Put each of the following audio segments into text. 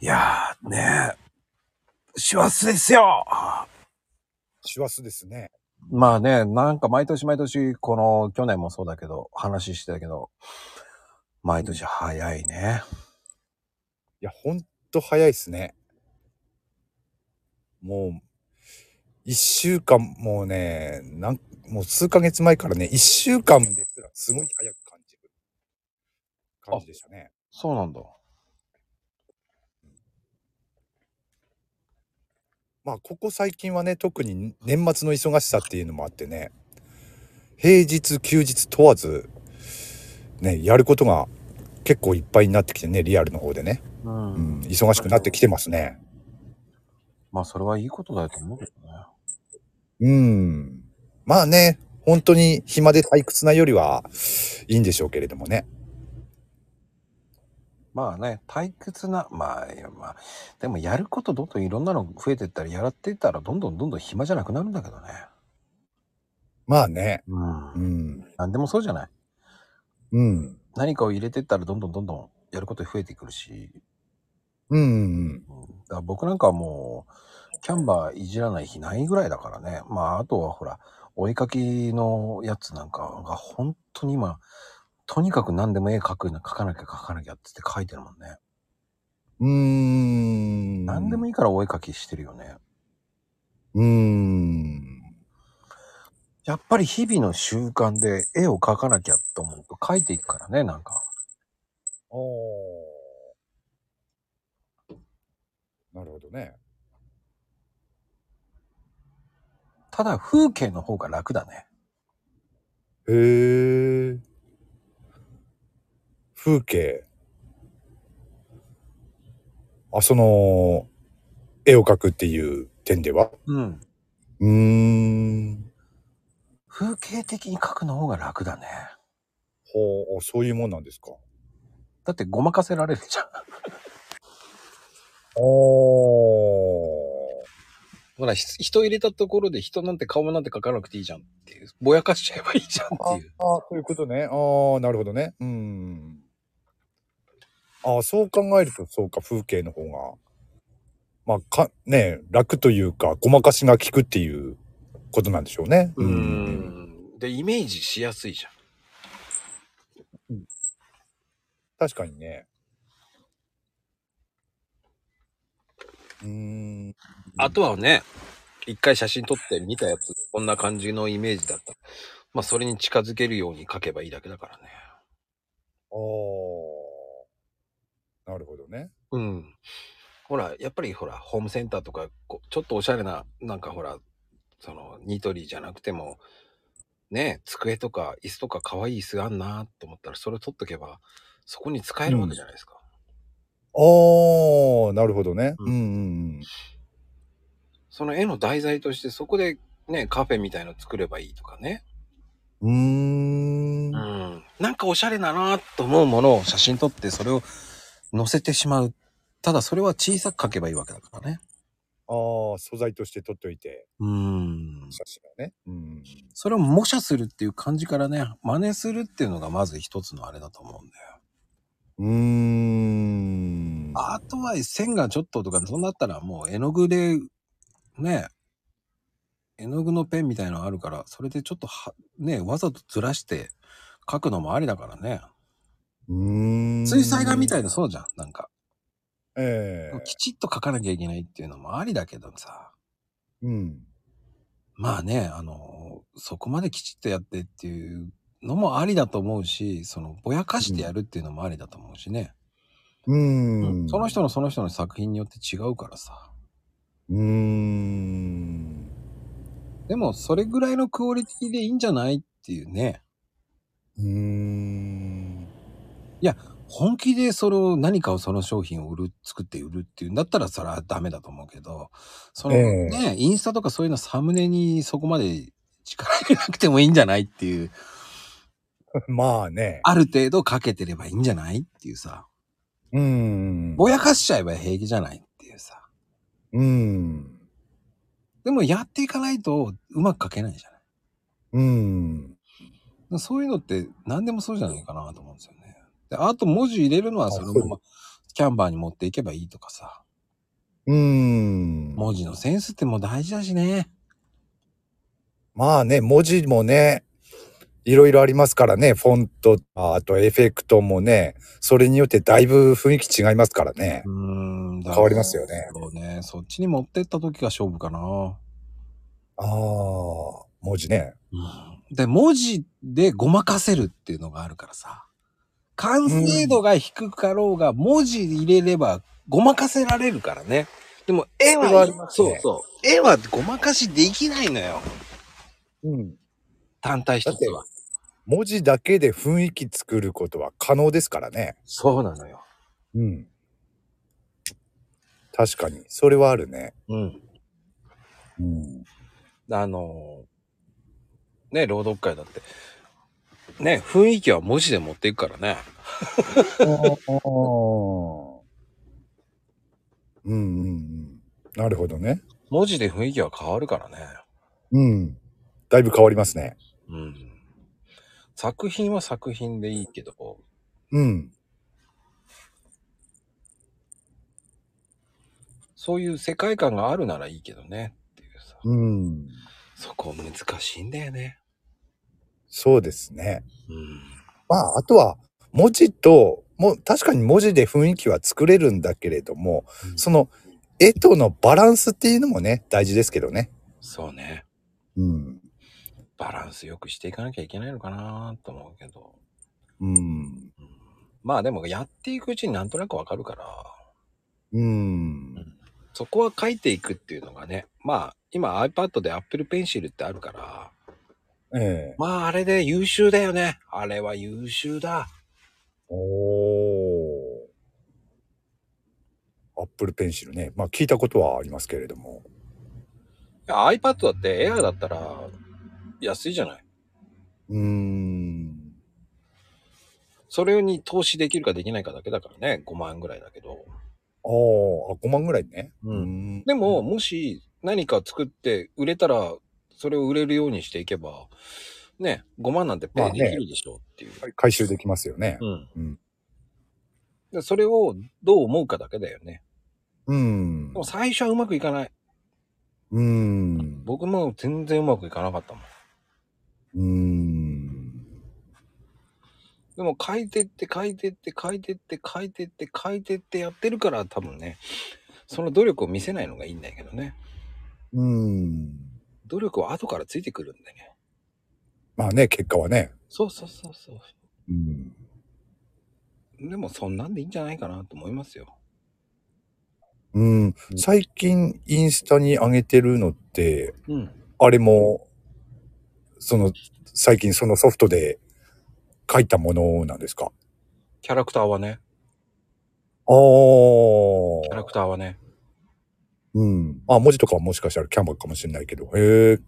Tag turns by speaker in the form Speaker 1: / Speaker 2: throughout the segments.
Speaker 1: いやー、ねえ。師走ですよ
Speaker 2: 師走ですね。
Speaker 1: まあね、なんか毎年毎年、この、去年もそうだけど、話してたけど、毎年早いね。
Speaker 2: いや、ほんと早いですね。もう、一週間、もうね、なん、もう数ヶ月前からね、一週間ですらすごい早く感じる感じでしたね。
Speaker 1: そうなんだ。
Speaker 2: まあ、ここ最近はね、特に年末の忙しさっていうのもあってね、平日、休日問わず、ね、やることが結構いっぱいになってきてね、リアルの方でね。
Speaker 1: うん。
Speaker 2: うん、忙しくなってきてますね。
Speaker 1: まあ、それはいいことだと思うけどね。
Speaker 2: うん。まあね、本当に暇で退屈なよりはいいんでしょうけれどもね。
Speaker 1: まあね、退屈な、まあ、いやまあ、でもやることどんどんいろんなの増えてったり、やらってったら、どんどんどんどん暇じゃなくなるんだけどね。
Speaker 2: まあね。
Speaker 1: う。
Speaker 2: うんん。
Speaker 1: なんでもそうじゃない。
Speaker 2: うん。
Speaker 1: 何かを入れてったら、どんどんどんどんやること増えてくるし、
Speaker 2: うんうん。
Speaker 1: うんだから僕なんかはもう、キャンバーいじらない日ないぐらいだからね。まあ、あとはほら、お絵かきのやつなんかが本当に今、とにかく何でも絵描くな、描かなきゃ描かなきゃってって書いてるもんね。
Speaker 2: うーん。
Speaker 1: 何でもいいからお絵かきしてるよね。
Speaker 2: うーん。
Speaker 1: やっぱり日々の習慣で絵を描かなきゃと思うと描いていくからね、なんか。
Speaker 2: おなるほどね。
Speaker 1: ただ風景の方が楽だね。
Speaker 2: へえ。風景。あ、その、絵を描くっていう点では
Speaker 1: うん。
Speaker 2: うーん。
Speaker 1: 風景的に描くの方が楽だね。
Speaker 2: ほう、そういうもんなんですか。
Speaker 1: だってごまかせられるじゃん。
Speaker 2: おー。
Speaker 1: ほら、ひ人入れたところで人なんて顔なんて描かなくていいじゃんっていう。ぼやかしちゃえばいいじゃんっていう。
Speaker 2: ああ、そういうことね。ああ、なるほどね。うん。ああ、そう考えると、そうか、風景の方が。まあ、か、ねえ、楽というか、ごまかしが効くっていうことなんでしょうね。
Speaker 1: うー。ん。で、イメージしやすいじゃん。
Speaker 2: 確かにね。うーん。
Speaker 1: あとはね、一回写真撮って見たやつ、こんな感じのイメージだった。まあ、それに近づけるように描けばいいだけだからね。
Speaker 2: ああ。なるほどね。
Speaker 1: うん。ほら、やっぱりほら、ホームセンターとか、こうちょっとおしゃれな、なんかほら、その、ニトリじゃなくても、ねえ、机とか椅子とか可愛い椅子あんなと思ったら、それ取っとけば、そこに使えるわけじゃないですか。
Speaker 2: ああ、なるほどね。
Speaker 1: う
Speaker 2: うんんうん
Speaker 1: その絵の題材として、そこでね、カフェみたいの作ればいいとかね。
Speaker 2: うん。うーん。
Speaker 1: うん。なんかおしゃれだなと思うものを写真撮って、それを載せてしまう。ただ、それは小さく描けばいいわけだからね。
Speaker 2: ああ、素材として取っておいて、
Speaker 1: うん。
Speaker 2: 写真をね。うん。
Speaker 1: それを模写するっていう感じからね、真似するっていうのがまず一つのあれだと思うんだよ。
Speaker 2: うーん。
Speaker 1: あとは線がちょっととか、そんなったらもう絵の具で、ね、絵の具のペンみたいのあるから、それでちょっとは、ね、わざとずらして描くのもありだからね。
Speaker 2: うーん。
Speaker 1: 水彩画みたい
Speaker 2: な。
Speaker 1: なそうじゃん、なんか。
Speaker 2: ええ
Speaker 1: きちっと描かなきゃいけないっていうのもありだけどさ。
Speaker 2: うん。
Speaker 1: まあね、あの、そこまできちっとやってっていうのもありだと思うし、その、ぼやかしてやるっていうのもありだと思うしね。
Speaker 2: うーん。
Speaker 1: その人のその人の作品によって違うからさ。
Speaker 2: うーん。
Speaker 1: でも、それぐらいのクオリティでいいんじゃないっていうね。
Speaker 2: うーん。
Speaker 1: 本気でそれを何かをその商品を売る、作って売るっていうんだったら、それはダメだと思うけど、その
Speaker 2: ええ
Speaker 1: ね、インスタとかそういうのサムネにそこまで力入れなくてもいいんじゃないっていう、
Speaker 2: まあね。
Speaker 1: ある程度かけてればいいんじゃないっていうさ、
Speaker 2: うーん。
Speaker 1: ぼやかしちゃえば平気じゃないっていうさ。
Speaker 2: うーん。
Speaker 1: でもやっていかないとうまく書けないじゃ
Speaker 2: うーん。
Speaker 1: ない。そういうのって何でもそうじゃないかなと思うんですよね。であと文字入れるのはそのままキャンバーに持っていけばいいとかさ。
Speaker 2: うーん。
Speaker 1: 文字のセンスってもう大事だしね。
Speaker 2: まあね、文字もね、いろいろありますからね、フォント、ああとエフェクトもね、それによってだいぶ雰囲気違いますからね
Speaker 1: う。ん。変
Speaker 2: 変わりますよね。
Speaker 1: そうね。そっちに持ってった時が勝負かな。
Speaker 2: ああ、文字ね。
Speaker 1: うん。で、文字でごまかせるっていうのがあるからさ。完成度が低かろうが、文字入れればごまかせられるからね。でも絵
Speaker 2: それは
Speaker 1: は、
Speaker 2: あります
Speaker 1: そう
Speaker 2: ね
Speaker 1: そう。絵はごまかしできないのよ。
Speaker 2: うん。
Speaker 1: 単体一つは。
Speaker 2: 文字だけで雰囲気作ることは可能ですからね。
Speaker 1: そうなのよ。
Speaker 2: うん。確かに、それはあるね。
Speaker 1: うん。
Speaker 2: うん。
Speaker 1: あのーね、朗読会だって。ね、雰囲気は文字で持っていくからね。
Speaker 2: うんうんうん。なるほどね。
Speaker 1: 文字で雰囲気は変わるからね。
Speaker 2: うん。だいぶ変わりますね。
Speaker 1: うん。作品は作品でいいけど、
Speaker 2: うん。
Speaker 1: そういう世界観があるならいいけどねっていうさ。
Speaker 2: うん。
Speaker 1: そこ難しいんだよね。
Speaker 2: そうですね。
Speaker 1: うん。
Speaker 2: まあ、あとは、文字と、もう確かに文字で雰囲気は作れるんだけれども、
Speaker 1: うん
Speaker 2: その、絵とのバランスっていうのもね、大事ですけどね。
Speaker 1: そうね。
Speaker 2: うん。
Speaker 1: バランスよくしていかなきゃいけないのかなと思うけど。
Speaker 2: うん。
Speaker 1: うん、まあでもやっていくうちになんとなくわかるから。
Speaker 2: うん。
Speaker 1: そこは書いていくっていうのがね。まあ、今 iPad で Apple Pencil ってあるから。
Speaker 2: ええ。
Speaker 1: まあ、あれで優秀だよね。あれは優秀だ。
Speaker 2: おー。アップルペンシルね。まあ、聞いたことはありますけれども。
Speaker 1: いや iPad だって Air だったら安いじゃない。
Speaker 2: うーん。
Speaker 1: それに投資できるかできないかだけだからね。5万ぐらいだけど。
Speaker 2: あーあ、5万ぐらいね。
Speaker 1: うん
Speaker 2: ん
Speaker 1: でも、、もし何か作って売れたら、それを売れるようにしていけば、ね、5万なんてペ
Speaker 2: ま
Speaker 1: イ
Speaker 2: あね
Speaker 1: できるでしょうっていう。
Speaker 2: 回収できますよね。
Speaker 1: う
Speaker 2: うん
Speaker 1: ん。でそれをどう思うかだけだよね。
Speaker 2: うん
Speaker 1: でも。最初はうまくいかない。
Speaker 2: うん。
Speaker 1: 僕も全然うまくいかなかったもん。
Speaker 2: うん。
Speaker 1: でも書いてって書いてって書いてって書いてって書いてってやってるから多分ね、その努力を見せないのがいいんだけどね。
Speaker 2: うん。
Speaker 1: 努力は後からついてくるんでね。
Speaker 2: まあね、結果はね。
Speaker 1: そうそうそうそう。
Speaker 2: うん。
Speaker 1: でもそんなんでいいんじゃないかなと思いますよ。
Speaker 2: うん。最近、インスタに上げてるのって、
Speaker 1: うん。
Speaker 2: あれも、その、最近そのソフトで書いたものなんですか
Speaker 1: キャラクターはね、
Speaker 2: ああ。
Speaker 1: キャラクターはね。
Speaker 2: うん。あ、文字とかはもしかしたらキャンバーかもしれないけど。へえ。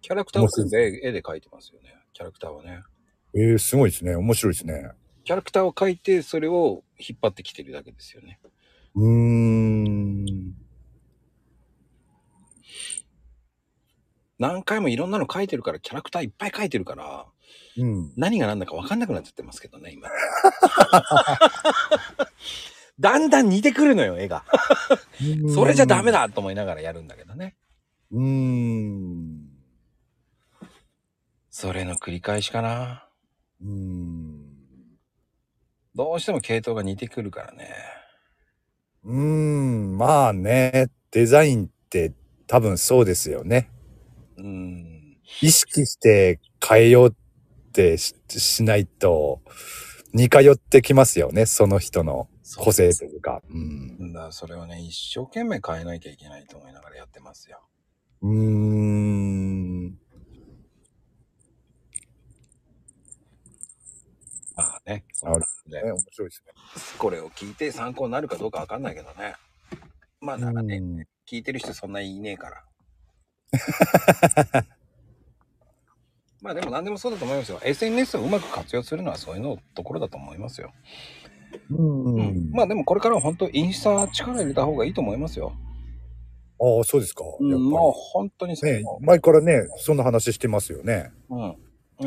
Speaker 1: キャラクターは全部絵絵で描いてますよね。キャラクターはね。
Speaker 2: えー、すごいですね。面白いですね。
Speaker 1: キャラクターを描いて、それを引っ張ってきてるだけですよね。
Speaker 2: うーん。
Speaker 1: 何回もいろんなの描いてるから、キャラクターいっぱい描いてるから、
Speaker 2: うん。
Speaker 1: 何が何だか分かんなくなっちゃってますけどね、今。だんだん似てくるのよ、絵が。それじゃダメ。だと思いながらやるんだけどね。
Speaker 2: うーん。
Speaker 1: それの繰り返しかな。
Speaker 2: うーん。
Speaker 1: どうしても系統が似てくるからね。
Speaker 2: うーん。まあね、デザインって多分そうですよね。
Speaker 1: うん。
Speaker 2: 意識して変えようってししないと、似通ってきますよね。その人の個性というか。うん。
Speaker 1: だそれをね、一生懸命変えなきゃいけないと思いながらやってますよ。
Speaker 2: うーん。
Speaker 1: まあね。
Speaker 2: なる
Speaker 1: で
Speaker 2: ね、面白いですね。
Speaker 1: これを聞いて参考になるかどうかわかんないけどね。まあ、なんかね、
Speaker 2: うん
Speaker 1: 聞いてる人そんないねえ から。まあでも何でもそうだと思いますよ。SNS をうまく活用するのはそういうのところだと思いますよ。
Speaker 2: うん
Speaker 1: うんまあでもこれからは本当インスタ力入れた方がいいと思いますよ。
Speaker 2: ああ、そうですか。やっ
Speaker 1: もう本当に
Speaker 2: ぱ
Speaker 1: そう
Speaker 2: り。ね、前からね、そんな話してますよね。
Speaker 1: う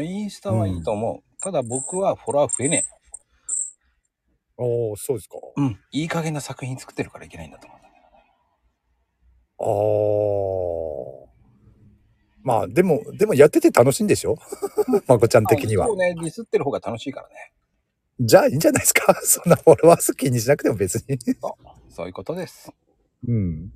Speaker 1: ん。インスタはいいと思う。ただ僕はフォロワー増えね
Speaker 2: おー、そうですか。
Speaker 1: うん。いい加減な作品作ってるからいけないんだと思うんだけどね。
Speaker 2: あー。まあ、でも、でもやってて楽しいん でしょまこちゃん的には
Speaker 1: そう。ね、ディスってる方が楽しいからね。
Speaker 2: じゃあいいん じゃないですかそんなフォロワー数気にしなくても別に。
Speaker 1: そういうことです。
Speaker 2: うん。